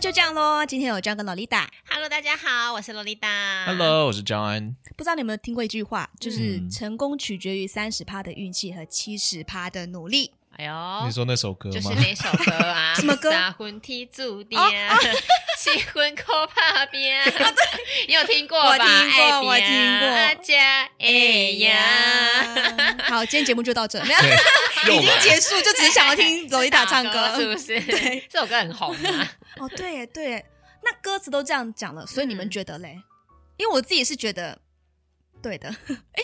就这样喽。今天有张跟洛丽达， Hello，大家好，我是洛丽达。 Hello，我是张安。不知道你有没有听过一句话，就是嗯成功取决于三十趴的运气和七十趴的努力。哎哦呦你，说那首歌就是 哎吗？那首歌啊， 什么歌哦撒婚踢足点， 新婚靠怕 边。你有听过吧？我听过我爱边啊听过阿家哎呀，，好，今天节目就到这， 没有对，已又经来结束，就只是想要听洛丽达唱打 是歌。不 是？对，这首歌很红 啊。哦，对耶对耶，那歌词都这样讲了，所以你们嗯觉得嘞？因为我自己是觉得对的。 哎，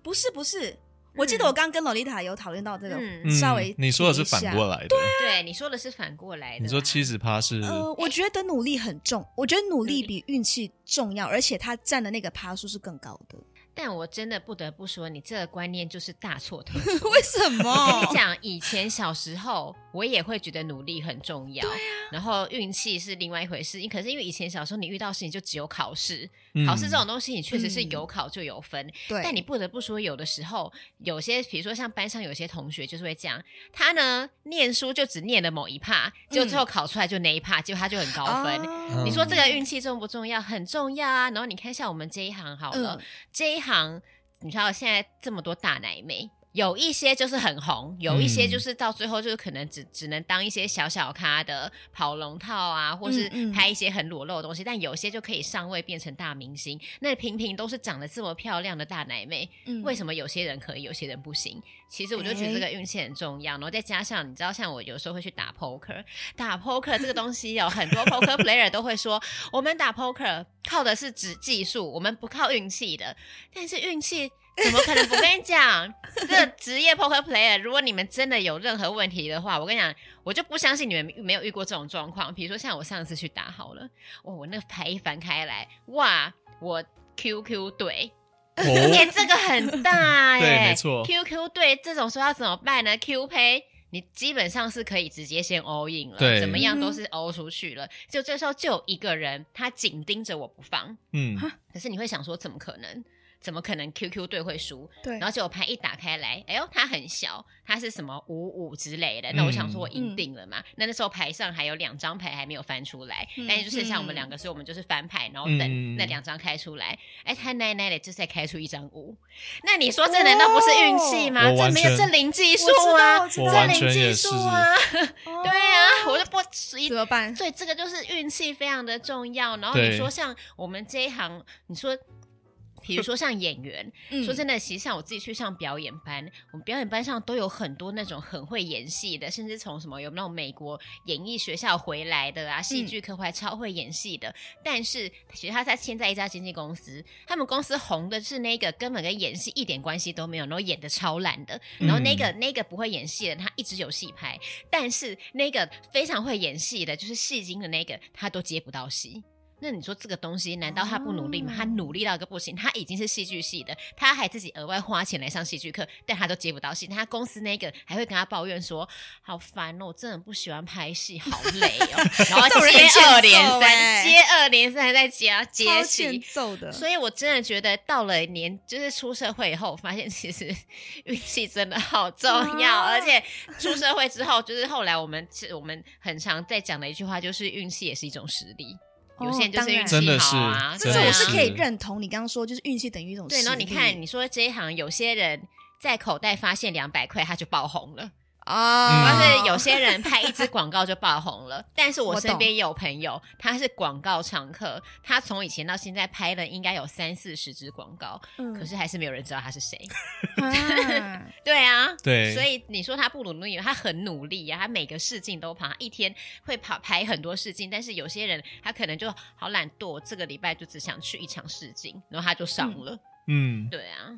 不是不是，我记得我刚跟洛丽塔有讨论到这个，嗯，稍微你说的是提一下反过来的。对，你说的是反过来的啊。你说七十趴是嗯呃，我觉得努力很重，我觉得努力比运气重要，而且它占的那个趴数是更高 的。但我真的不得不说，你这个观念就是大错特错。为什跟你么？讲，以前小时候我也会觉得努力很重要，然后运气是另外一回事。因可是因为以前小时候你遇到事情就只有考试，嗯考试这种东西你确实是有考就有分， 对，但你不得不说，有的时候有些，比如说像班上有些同学就是会这样，他呢念书就只念了某一趴，就最后考出来就那一趴，结果他就很高分。哦你说这个运气重不重要？很重要啊！然后你看一下我们这一行好了，嗯这一行你知道现在这么多大奶妹，有一些就是很红，有一些嗯就是到最后就是可能只只能当一些小小咖的跑龙套啊，或是嗯嗯拍一些很裸露的东西，但有些就可以上位变成大明星。那平平都是长得这么漂亮的大奶妹，嗯为什么有些人可以，有些人不行？其实我就觉哎得这个运气很重要，然后再加上你知道，像我有时候会去打 poker，打 poker 这个东西有很多 poker player 都会说，我们打 poker 靠的是指技术，我们不靠运气的。但是运气怎么可能不跟你讲？这个职业 poker player，如果你们真的有任何问题的话，我跟你讲，我就不相信你们没有遇过这种状况。比如说像我上次去打好了，哇，我那个牌一翻开来，哇，我 QQ 队。哎、哦，这个很大耶、 对没错 QQ 对这种说要怎么办呢？Q 配你基本上是可以直接先 all in 了，对怎么样嗯都是 all 出去了。就这时候就有一个人，他紧盯着我不放，嗯，可是你会想说，怎么可能？怎么可能 QQ 队会输？对然，后结果牌一打开来，哎呦，它很小，它是什么五五之类的。那我想说，嗯我赢定了嘛。那那时候牌上还有两张牌还没有翻出来，嗯但是就剩下我们两个，所以我们就是翻牌，然后等嗯那两张开出来。哎，他奶奶的，就再开出一张五。那你说这难道不是运气吗？哦我这完没全有这零技术啊，我知我道这完零全技也是术，啊， 对对啊，我就不一怎么办？所以这个就是运气非常的重要。然后你对说像我们这一行，你说。比如说像演员，嗯说真的，其实像我自己去上表演班，我们表演班上都有很多那种很会演戏的，甚至从什么有那种美国演艺学校回来的啊，戏剧科回来超会演戏的。但是其实他在现在一家经纪公司，他们公司红的是那个根本跟演戏一点关系都没有，然后演的超烂的，然后那个、那个不会演戏的他一直有戏拍，但是那个非常会演戏的，就是戏精的那个，他都接不到戏。那你说这个东西，难道他不努力吗哦？他努力到一个不行，他已经是戏剧系的，他还自己额外花钱来上戏剧课，但他都接不到戏。但他公司那个还会跟他抱怨说：“好烦哦，我真的不喜欢拍戏，好累 哦。”然后这种人接欠二连揍欸三，接二连三还在接啊接超戏欠，揍的，所以我真的觉得到了年，就是出社会以后，我发现其实 运气真的好重要，啊而且出社会之后，就是后来我们我们很常在讲的一句话，就是运气也是一种实力。哦有些人就是运当气然好啊，这真种我对的啊是可以认同。你刚刚说就是运气等于一种对。然后你实力看，你说这一行有些人在口袋发现两百块，他就爆红了。啊，但是有些人拍一支广告就爆红了，但是我我懂身边有朋友，他是广告常客，他从以前到现在拍了应该有三四十支广告，嗯，可是还是没有人知道他是谁。 啊对啊， 对所以你说他不努力，他很努力呀、啊，他每个试镜都跑，他一天会跑排很多试镜，但是有些人他可能就好懒惰，我这个礼拜就只想去一场试镜，然后他就上了。嗯，对啊，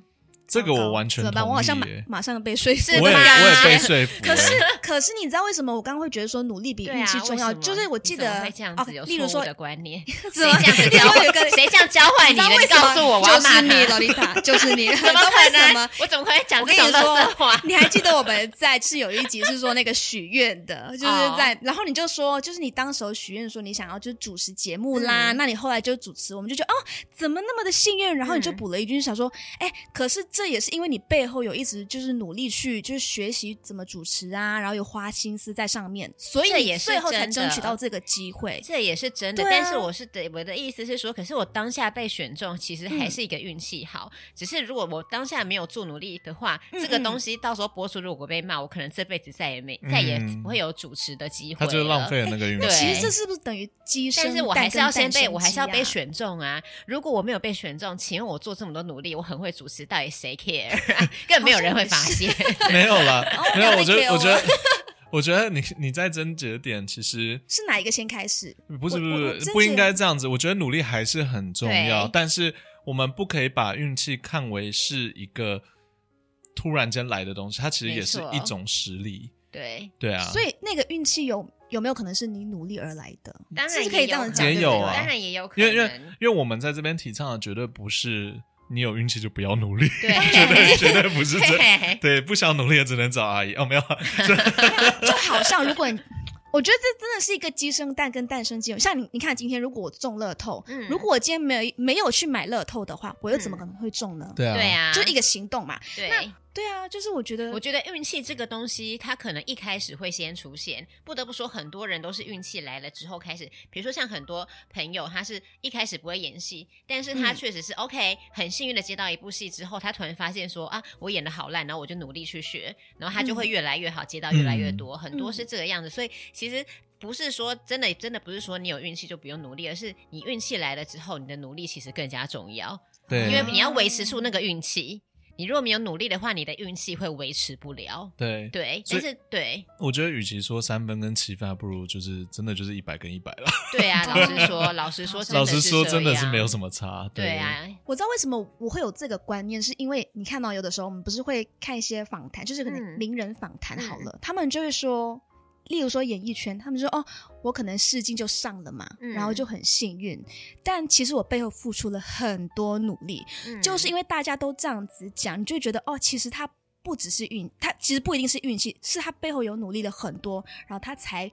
这个糟糕我完全怎么办？我好像马同意耶马上被说服是我也吧我也被说服可了。是，可是你知道为什么我刚刚会觉得说努力比对运气啊，重要？为什么就是我记你怎么得会这样哦子有，例如错说误的 观念，怎谁么这样子例如教说 有一坏个谁这样教坏你你知道的？为你什么告诉我，我要就骂是你，他。洛 丽塔，就是你，怎你么知道可为什么能？？我怎么可以讲我这跟你种垃圾说话，？你还记得我们在是有一集是说那个许愿的，就是哦在，然后你就说，就是你当时候许愿说你想要就是主持节目啦，嗯那你后来就主持，我们就觉得哦，怎么那么的幸运？然后你就嗯补了一句，就想说，哎，可是这也是因为你背后有一直就是努力去就是学习怎么主持啊，然后有花心思在上面，所以这你也是最后才真的争取到这个机会。这也是真的，对啊但是我是的，我的意思是说，可是我当下被选中，其实嗯还是一个运气好。只是如果我当下没有做努力的话，嗯这个东西到时候播出如果被骂，我可能这辈子再也没、再也不会有主持的机会他了。嗯就浪费了那个运那对其实气。这是不是等于鸡生但蛋是我还是要先跟蛋被，生我还是要鸡啊被。选中啊！如果我没有被选中，请问我做这么多努力，我很会主持，到底 谁 care？根本没有人会发哦现。没有啦，没有，不要我觉再给得，我我觉得， 我觉得你你在争执的点其实。是哪一个先开始？不是我不我我是不是真不觉应得该这样子，我觉得努力还是很重要，对但是我们不可以把运气看为是一个突然间来的东西，它其实没也是错一种实力，对，对啊，所以那个运气有有没有可能是你努力而来的？当是然不是可以这样有讲，也对不有对啊当然也有可因能。为因为因为我们在这边提倡的绝对不是你有运气就不要努力，对 绝对绝对不是这， 对啊对，不想努力的只能找阿姨哦，没有，啊就好像如果你，我觉得这真的是一个鸡生蛋跟蛋生鸡。像你，你看今天如果我中乐透，嗯如果我今天没有没有去买乐透的话，我又怎么可能会中呢？对啊，对，啊，就是一个行动嘛。那对。对啊，就是我觉得，我觉得运气这个东西，它可能一开始会先出现。不得不说，很多人都是运气来了之后开始，比如说像很多朋友，他是一开始不会演戏，但是他嗯确实是、OK，很幸运的接到一部戏之后，他突然发现说啊，我演的好烂，然后我就努力去学，然后他就会嗯越来越好，接到越来越嗯多，很多是这个样子。所以其实。不是说真的，真的不是说你有运气就不用努力，而是你运气来了之后，你的努力其实更加重要。对，因为嗯你要维持住那个运气，你如果没有努力的话，你的运气会维持不了。对，对，但所以是对我觉得与其说三分跟七分，还不如就是真的就是一百跟一百了。对 啊，对老实说，老实说，老实说，真的是没有么。什么差，对啊，我知道为什么我会有这个观念，是因为你看到有的时候我们不是会看一些访谈，就是可能嗯名人访谈好了，他们就会说，例如说演艺圈，他们说哦，我可能试镜就上了嘛，嗯然后就很幸运，但其实我背后付出了很多努力，嗯就是因为大家都这样子讲，你就会觉得哦，其实他。不只是运，他其实不一定是运气，是他背后有努力了很多，然后他才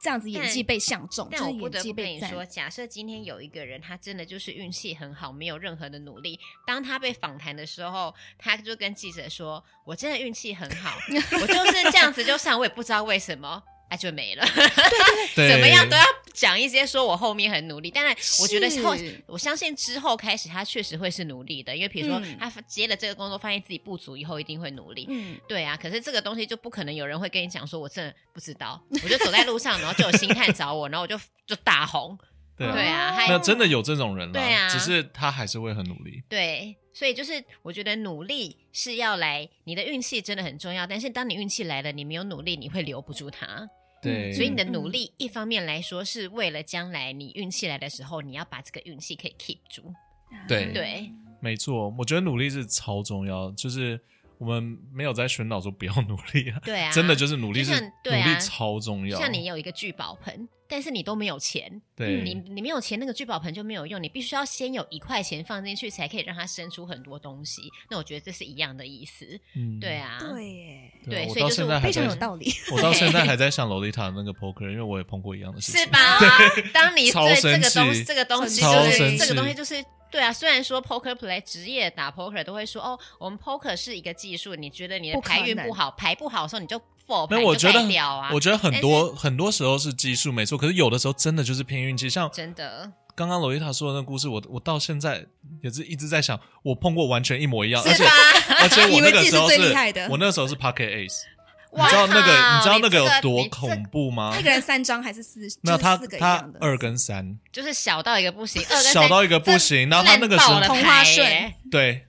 这样子演技但被相中，就嗯但是我不演得技不跟被你赞。说，假设今天有一个人，他真的就是运气很好，没有任何的努力。当他被访谈的时候，他就跟记者说：“我真的运气很好，我就是这样子就上，我也不知道为什么。”啊，就没了。 对，啊怎么样都要讲一些说我后面很努力。当然，我觉得是后我相信之后开始他确实会是努力的，因为比如说嗯他接了这个工作，发现自己不足以后一定会努力。嗯，对啊，可是这个东西就不可能有人会跟你讲说，我真的不知道，我就走在路上，然后就有星探找我，然后我就就大红。对对啊，啊哦还那真的有这种人对啊啦，只是他还是会很努力。对，所以就是我觉得努力是要来，你的运气真的很重要，但是当你运气来了，你没有努力，你会留不住它。对，嗯所以你的努力一方面来说是为了将来你运气来的时候，你要把这个运气可以 keep 住。对对，没错，我觉得努力是超重要，就是我们没有在宣导说不要努力啊，对啊，真的就是努力就是像努对啊力超重要。像你有一个聚宝盆，但是你都没有钱，对你你没有钱，那个聚宝盆就没有用，你必须要先有一块钱放进去，才可以让它生出很多东西。那我觉得这是一样的意思，嗯对，啊，对耶，对对啊我所以到就是现在还非常在有道理。我到现在还在想洛丽塔那个 poker，因为我也碰过一样的事情。是？吧？ 当你超对这生个东西，气这个东西超就是生这个气东西就是。对啊，虽然说 poker play 职业打 poker 都会说哦，我们 poker 是一个技术，你觉得你的不可牌运能不好，牌不好的时候你就 fold 牌那你就我觉得盖掉啊，我觉得很但多很多时候是技术没错，可是有的时候真的就是偏运气。像真的刚刚洛丽塔说的那个故事，我我到现在也是一直在想，我碰过完全一模一样，而是且吧？而 且我那个时候以为自己是最厉害的我那时候是 pocket ace，你哇知道那个你知道你那个有这个多你这恐怖吗？一个人三张还是 四？没有就是他四个一他样的二跟三就是小到一个不行，二跟小三到一个不行，然后他那个时候烂爆了同花牌耶顺对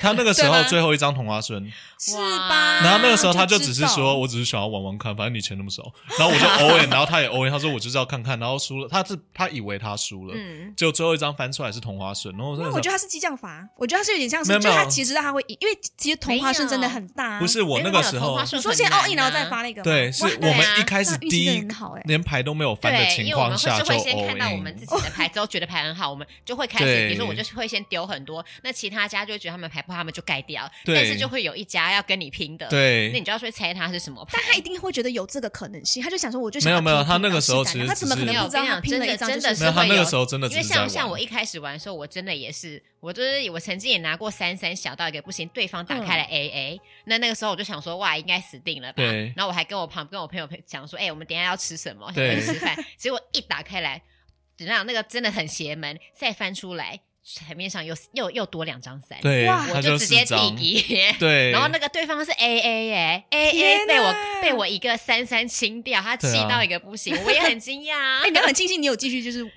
他那个时对候吗最后一张同花顺，是哇吧？然后那个时候他就知只啊是道说，我只是想要玩玩看，反正你钱那么少，然后我 就 O N，然后他也 O N，他说我就是要看看，然后输了，他是他以为他输了，嗯，结果最后一张翻出来是同花顺，然后我因真为的我觉想得他是激将法，我觉得他是有点像是，没有就是没有他其实他会赢，因为其实同花顺真的很大啊。不是我那个时候，你说先奥印然后再发那个吗，对，是哇啊我们一开始那运气第真的一很好哎，连牌都没有翻的欸对，情因为我况们会下是就哦哎会先 O 看到我们 N，自己的牌之后觉得牌很好，我们就会开始，对比如说我就是会先丢很多，那其他家就会觉得他们牌还不他们就盖掉，对但是就会有一家要跟你拼的，，那对你，就要去猜它是什么牌。但他一定会觉得有这个可能性，他就想说，我就想没有要没有拼他那拼个到时候世其代实他怎么可只是能没有不知道我跟你他讲拼了一真张的就真的是没有他会那有个时候真的因只为是在像玩。像我一开始玩的时候，我真的也是，我就是我曾经也拿过三三小到一个不行，对方打开嗯了 AA，、那那个时候我就想说哇，应该死定了吧对。然后我还跟我旁跟我朋友讲说，哎、我们等一下要吃什么，想对去吃饭。结果一打开来，怎样那个真的很邪门，再翻出来台面上又又又多两张三，对，哇我他就直四接张，递给。对，然后那个对方是 A A 耶，A 天 A 被我哪被我一个三三清掉，他气对啊到一个不行，我也很惊讶啊。 哎，你很庆幸你有继续就是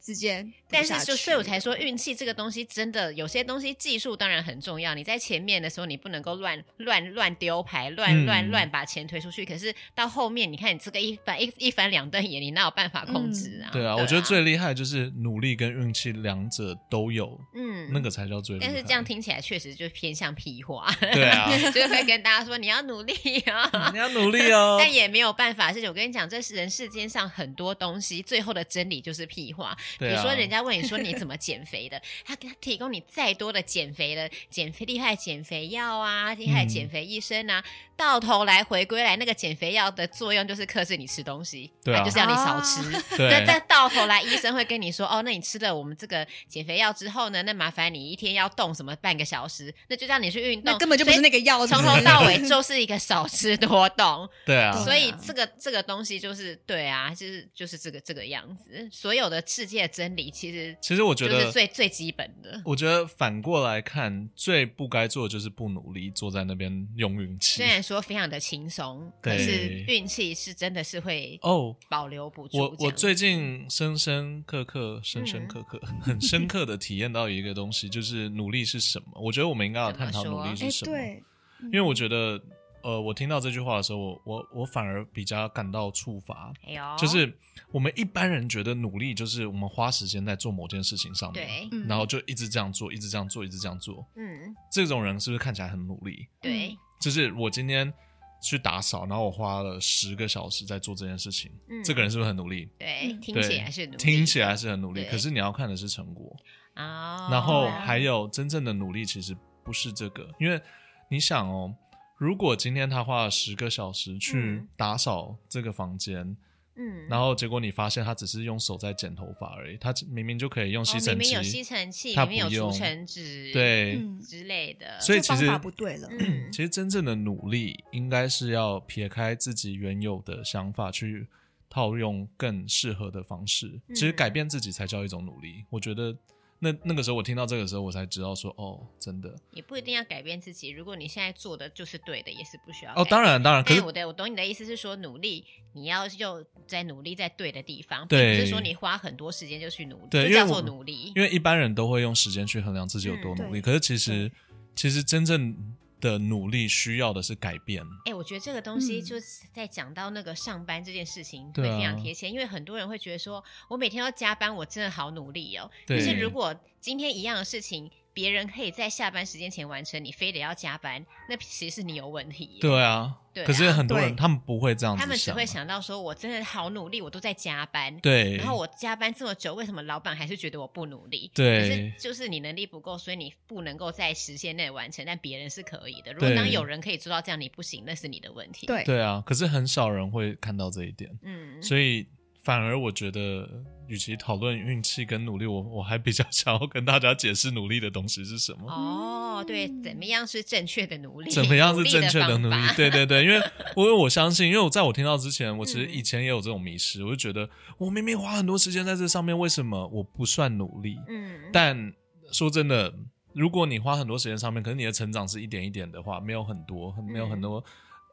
直接，但是就所以我才说运气这个东西真的有些东西技术当然很重要，你在前面的时候你不能够乱乱乱丢牌，乱嗯乱乱把钱推出去。可是到后面你看你这个一翻一一翻两瞪眼，你哪有办法控制啊？对啊，我觉得最厉害就是努力跟运气两者都有， 嗯那个。才叫最厉害。但是这样听起来确实就偏向屁话， 对啊， 就是会跟大家说你要努力啊、你要 努力 哦。但也没有办法，是我跟你讲，这是人世间上很多东西，最后的真理就是屁话。对啊比如说，人家问你说你怎么减肥 的，他给他提供你再多的减肥的减肥厉害减肥药啊，厉嗯害减肥医生啊，到头来回归来，那个减肥药的作用就是克制你吃东西，对啊它就是要你少吃。 但对但到头来，医生会跟你说，哦，那你吃了我们这个减肥药之后呢，那麻烦你一天要动什么半个小时，那就让你去运动，那根本就不所以是那个药，从是不头是到尾就是一个少吃多动，对啊，所对以啊这个这个东西就是对啊，就是就是这个这个样子。所有的世界真理其实其实我觉就得是，最最基本的。我觉得反过来看，最不该做的就是不努力，坐在那边用运气虽。然说非常的轻松，可对是运气是真的是会哦，保留不住这我样。我最近深深刻刻、 深深刻刻、很深刻的体验到一个东西，就是努力是什么。我觉得我们应该要探讨怎么说努力哎是什么，对，因为我觉得，呃，我听到这句话的时候，我我我反而比较感到触发，哎呦，就是我们一般人觉得努力就是我们花时间在做某件事情上面对，嗯然后就一直这样做，一直这样做，一直这样做。嗯，这种人是不是看起来很努力？嗯对，就是我今天去打扫，然后我花了十个小时在做这件事情，嗯这个人是不是很努力？对，嗯听起对来是努力，听起来是很努力，对可是你要看的是成果。啊，然后对啊还有真正的努力其实不是这个，因为你想哦，如果今天他花了十个小时去嗯打扫这个房间，嗯，然后结果你发现他只是用手在剪头发而已，他明明就可以用吸哦尘明明有器，吸尘器，它里面有不除用尘纸，对，嗯之类的，所以其这实方法不对了，嗯 其实真正的努力应该是要撇开自己原有的想法去套用更适合的方式，嗯其实改变自己才叫一种努力。我觉得那那个时候我听到这个时候，我才知道说哦，真的也不一定要改变自己。如果你现在做的就是对的，也是不需要哦，改当然当然，可但是哎我的我懂你的意思是说，努力你要就在努力在对的地方，对并不是说你花很多时间就去努力，对就因为叫做我努力。因为一般人都会用时间去衡量自己有多努力，嗯对可是其实其实真正的努力需要的是改变，哎、我觉得这个东西嗯就是在讲到那个上班这件事情会对啊非常贴切，因为很多人会觉得说，我每天要加班，我真的好努力哦。对可是如果今天一样的事情，别人可以在下班时间前完成，你非得要加班，那其实是你有问题耶。对啊，对啊可是很多人对他们不会这样子他想啊，们只会想到说，我真的好努力，我都在加班，对，然后我加班这么久，为什么老板还是觉得我不努力？可是对就是你能力不够，所以你不能够在时限内完成，但别人是可以的。如果对当有人可以做到这样，你不行，那是你的问题。，对，对啊，可是很少人会看到这一点，嗯，所以反而我觉得，与其讨论运气跟努力，我我还比较 想要跟大家解释努力的东西是什么。哦，对，嗯怎么样是正确的努力？怎么样是正确的的努力方？法对对对，因 为我因为我相信，因为我在我听到之前，我其实嗯以前也有这种迷失，我就觉得我明明花很多时间在这上面，为什么我不算努力？嗯，但说真的，如果你花很多时间上面，可是你的成长是一点一点的话，没有很多，很没有很嗯多，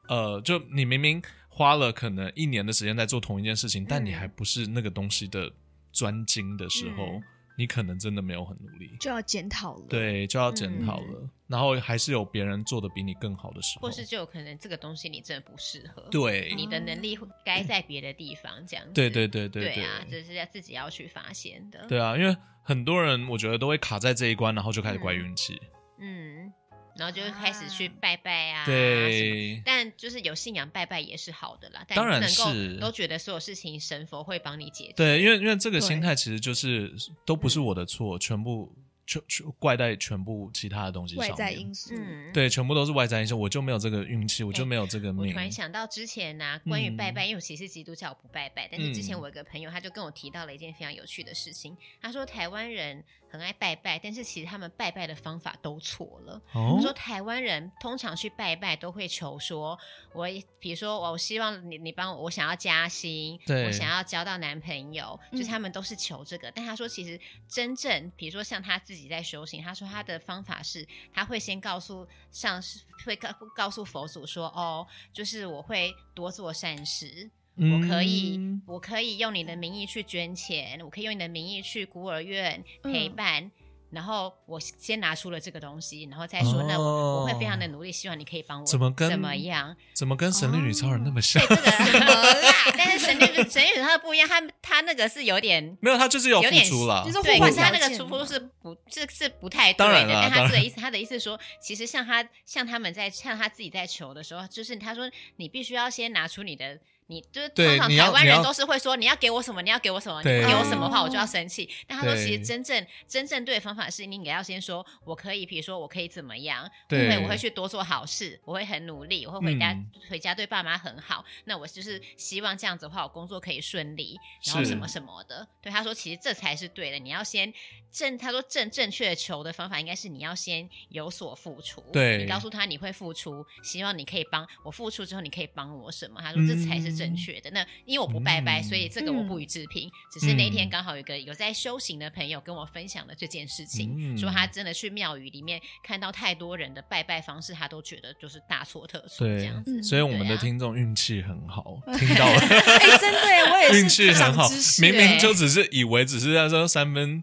呃，就你明明花了可能一年的时间在做同一件事情，嗯但你还不是那个东西的专精的时候，嗯你可能真的没有很努力。就要检讨了。，对，就要嗯检讨了，然后还是有别人做的比你更好的时候，或是就有可能这个东西你真的不适合，，对，嗯你的能力该在别的地方，这样子。对对对对对对啊，这是要自己要去发现的。对啊，因为很多人我觉得都会卡在这一关，然后就开始怪嗯运气，嗯，然后就会开始去拜拜啊，什么对，但就是有信仰拜拜也是好的啦，但当然不能够是都觉得所有事情神佛会帮你解决。对，因为因为这个心对嗯态其实就是都不是我的错，全部全全怪在全部其他的东西上外面，在因素，嗯，对，全部都是外在因素，我就没有这个运气，我就没有这个我命突。然想到之前呢、关于拜拜，因为我其实是基督教，我不拜拜。但是之前嗯我有个朋友，他就跟我提到了一件非常有趣的事情。他说台湾人很爱拜拜，但是其实他们拜拜的方法都错了。哦他说台湾人通常去拜拜都会求说，我比如说我希望你你帮我，我想要加薪，对我想要交到男朋友，嗯就是他们都是求这个。但他说其实真正，比如说像他自己在修行，他说他的方法是，他会先告诉上师，会告告诉佛祖说，哦，就是我会多做善事，我可以，嗯我可以用你的名义去捐钱，我可以用你的名义去孤儿院嗯陪伴。然后我先拿出了这个东西，然后再说，那我我会非常的努力，希望你可以帮我怎么跟怎么样？哦怎么跟神力女超人那么像对？这个什么啦？ 但是神力神力女他不一样，他他那个是有点没有，他就是有付有点出啦就。是对，互可换是他条那个件出嘛出是不，这是不太对的。当然啦但当他这个然意思，他的意思是说，其实像他像他们在像他自己在求的时候，就是他说你必须要先拿出你的。你就是对通常你要台湾你要人都是会说你要给我什么，你要给我什么，你对不给我什么的话哦我就要生气。但他说对其实真正真正对的方法是你应该要先说我可以，比如说我可以怎么样，我对会我会去多做好事，我会很努力，我会回家、嗯回家对爸妈很好。那我就是希望这样子的话，我工作可以顺利，然后是什么什么的。对，他说其实这才是对的，你要先正，他说正正确的求的方法应该是你要先有所付出。对你告诉他你会付出，希望你可以帮我付出之后，你可以帮我什么？他说这才是正确的。那因为我不拜拜，嗯所以这个我不予置评。只是那一天刚好有一个有在修行的朋友跟我分享了这件事情，嗯说他真的去庙宇里面看到太多人的拜拜方式，他都觉得就是大错特错对这样子。嗯所以我们对的啊听众运气很好，听到了。 哎，真的耶，我也是运气很好长知，识明明欸就只是以为只是那时候三分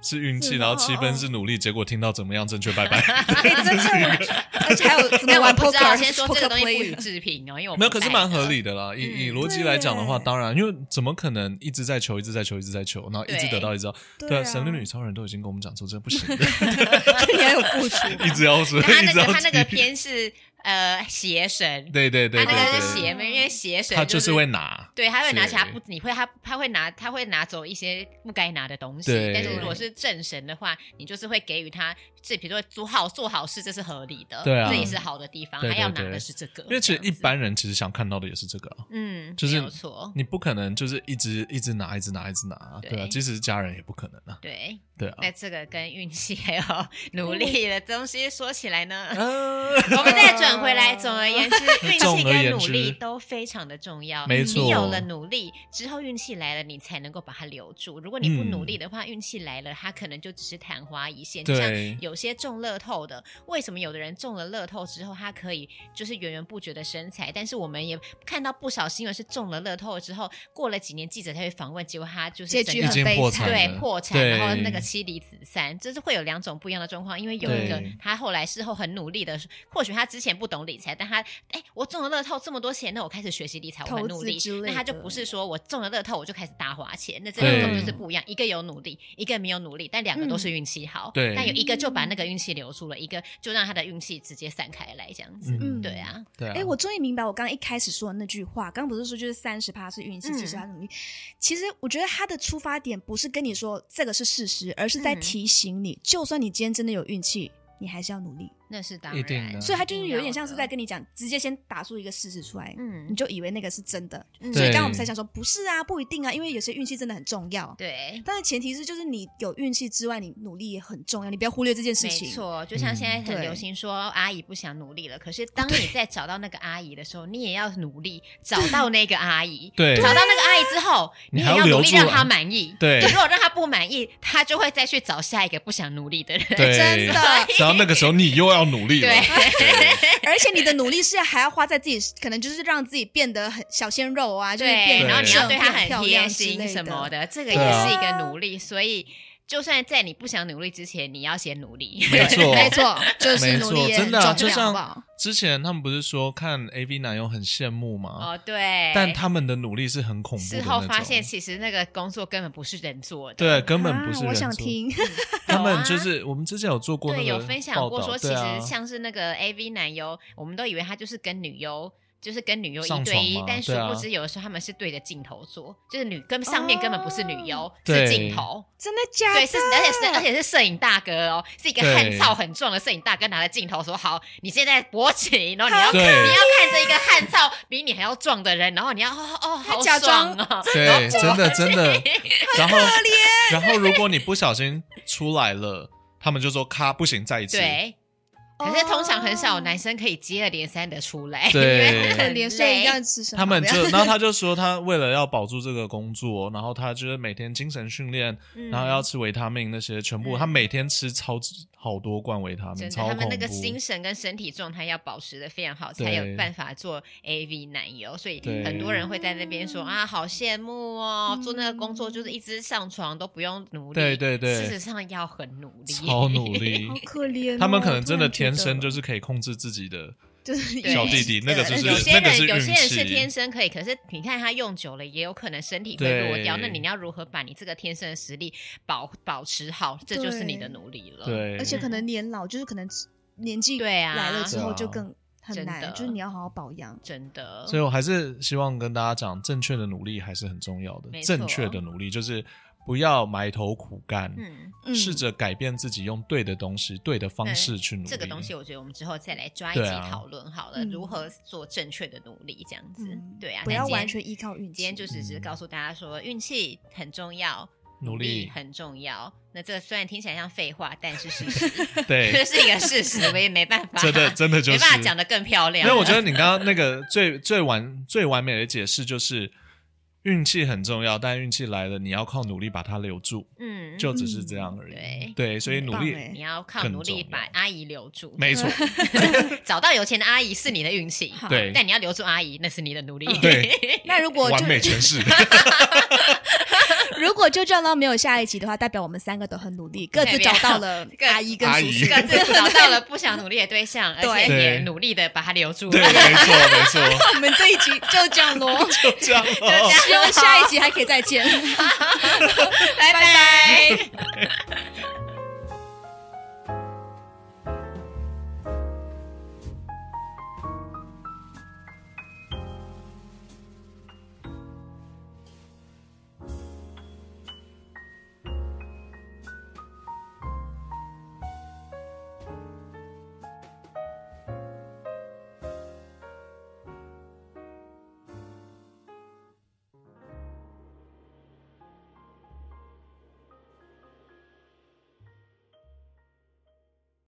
是运气，是然后哦七分是努力，结果听到怎么样正确 拜拜。哎，真的，而且还有怎没么 有，我玩不知道， poker，先说这个 poker 东西不予 player 置评哦，因为我没有，可是蛮合理。理的啦。以以嗯逻辑来讲的话，对当然，因为怎么可能一直在求，一直在求，一直在求，然后一直对得到，一直得到？对对啊啊，神力女超人都已经跟我们讲说这不行，这 你还有部署吧，一直要说，那他一那直个要他那个提偏是呃邪神，对对对他那个邪是对邪对，门，因为邪神他就就是会拿。对，他会拿起他对不，你会他他会拿他会拿走一些不该拿的东西对，但是如果是正神的话，你就是会给予他，这比如说做好做好事，这是合理的，对啊这也是好的地方，对对他要拿对的是这个，因为其实这一样子般人其实想看到的也是这个啊，嗯，就是没有错，你不可能就是一直一直拿，一直拿，一直拿啊，对啊，对即使是家人也不可能啊，对，对啊。那这个跟运气还有 努力的东西说起来 呢，啊我们再转回来，总而 言之，运气总而跟言努之力都非常的重要。没错你有了努力之后，运气来了，你才能够把它留住。如果你不嗯努力的话，运气来了，它可能就只是昙花一现。就对像有些中乐透的，为什么有的人中了乐透之后，他可以就是源源不绝的身材？但是我们也看到不少新闻是中了乐透之后，过了几年记者才会访问，结果他就是结整局个已经很悲破惨产了对，破产，对然后那个妻离子散，就是会有两种不一样的状况。因为有一个对他后来事后很努力的，或许他之前不懂理财，但他哎，我中了乐透这么多钱，那我开始学习理财，我投很资努力之类。的那他就不是说我中了乐透我就开始大花钱，那这对两种就是不一样，一个有努力，一个没有努力，但两个嗯都是运气好。对但有一个就把那个运气留住了，一个就让他的运气直接散开来，这样子。嗯对，啊，对啊。哎、我终于明白我刚刚一开始说的那句话。刚刚不是说就是三十趴是运气，嗯七十趴努力。其实我觉得他的出发点不是跟你说这个是事实，而是在嗯提醒你，就算你今天真的有运气，你还是要努力。那是当一定然。的所以他就是有点像是在一跟你讲，直接先打出一个事实出来，定要的你嗯，就以为那个是真的。嗯所以刚刚我们对才想说，不是啊，不一定啊，因为有些运气真的很重要。对。但是前提是，就是你有运气之外，你努力也很重要，你不要忽略这件事情。没错，就像现在嗯很流行说、阿姨不想努力了，可是当你在找到那个阿姨的时候，你也要努力找到那个阿姨。对找到那个阿姨之后，你你还也要要努力留住啊让她满意。对如果让她不满意，她就会再去找下一个不想努力的人。对哎真的，只要那个时候你又要努力了，对而且你的努力是还要花在自己，可能就是让自己变得很小鲜肉啊， 就是变对，得然后你要对她漂很贴亮之心类什么的。的，这个对也啊是一个努力。所以，就算在你不想努力之前，你要先努力。没 错，没错，就是没努错，力也很真的重啊、要，就好不像好？之前他们不是说看 AV 男优很羡慕吗？哦，对。但他们的努力是很恐怖的事那后种，发现，其实那个工作根本不是人做的。对，根本不是人做、啊、我想听，他有们啊就是我们之前有做过那对，个有分享报过道说，其对啊实像是那个 AV 男优，我们都以为他就是跟女优。就是跟女优一上对一床吗，但殊对啊不知有的时候他们是对着镜头做，就是女跟上面根本不是哦女优，对是镜头。真的假的？对，是而且是而且是摄影大哥哦，是一个对汗臭很重的摄影大哥拿着镜头说：“好，你现在勃起，然后你要好你对要看着一个汗臭比你还要壮的人，然后你要哦哦他好假爽装 哦，对，真的真的。 然后然后如果你不小心出来了，他们就说咔不行，再一次。对。”可是通常很少有男生，生可以接二连三的出来，对因为很可怜，所以累要吃什么？他们就不要，然后他就说，他为了要保住这个工作，然后他就是每天精神训练，嗯然后要吃维他命那些，全嗯部他每天吃超好多罐维他命，真的，超他恐怖们那。个精神跟身体状态要保持的非常好，对才有办法做 AV 男优。所以对很多人会在那边说啊，好羡慕哦，嗯做那个工作就是一直上床都不用努力。对对对事实上要很努力，超努 力好，可怜哦。他们可能真的突然觉天得生就是可以控制自己的，就是对。小弟弟那个就 是有些那个是人有些运人气是天生可以，可是你看他用久了，也有可能身体会对弱掉。那你要如何把你这个天生的实力保保持好？这就是你的努力了。，对，而且可能年老，就是可能年纪对啊来了之后就更很真的难，就是你要好好保养。真的。所以我还是希望跟大家讲，正确的努力还是很重要的没。错正确的努力就是不要埋头苦干，嗯，嗯试着改变自己，用对的东西、对的方式去努力。这个东西，我觉得我们之后再来抓一对集啊讨论好了，嗯如何做正确的努力，这样子。嗯对啊，不那要今天完全依靠运气。今天就只是告诉大家说，运气很重要，嗯努力很重要。那这个虽然听起来像废话，但是事 实，这 对，是一个事实，我也没办法，真的真的就是没办法讲的更漂亮因了。为我觉得你刚刚那个最最完最完美的解释就是，运气很重要，但运气来了，你要靠努力把它留住，嗯，就只是这样而已。对对，所以努很棒欸力，你要靠更努力重要把阿姨留住，没错，找到有钱的阿姨是你的运气，好嗯对但你要留住阿姨，那是你的 努力。 对那如 果完就 美诠释。如果就这样到没有下一集的话，代表我们三个都很努力，各自找到了各阿姨跟 阿叔姨叔。各自找到了不想努力的对象，而且 对也努力的把他留住。对，没错，没错，我们这一集就这样咯， 就这样哦。希望下一集还可以再见。拜拜。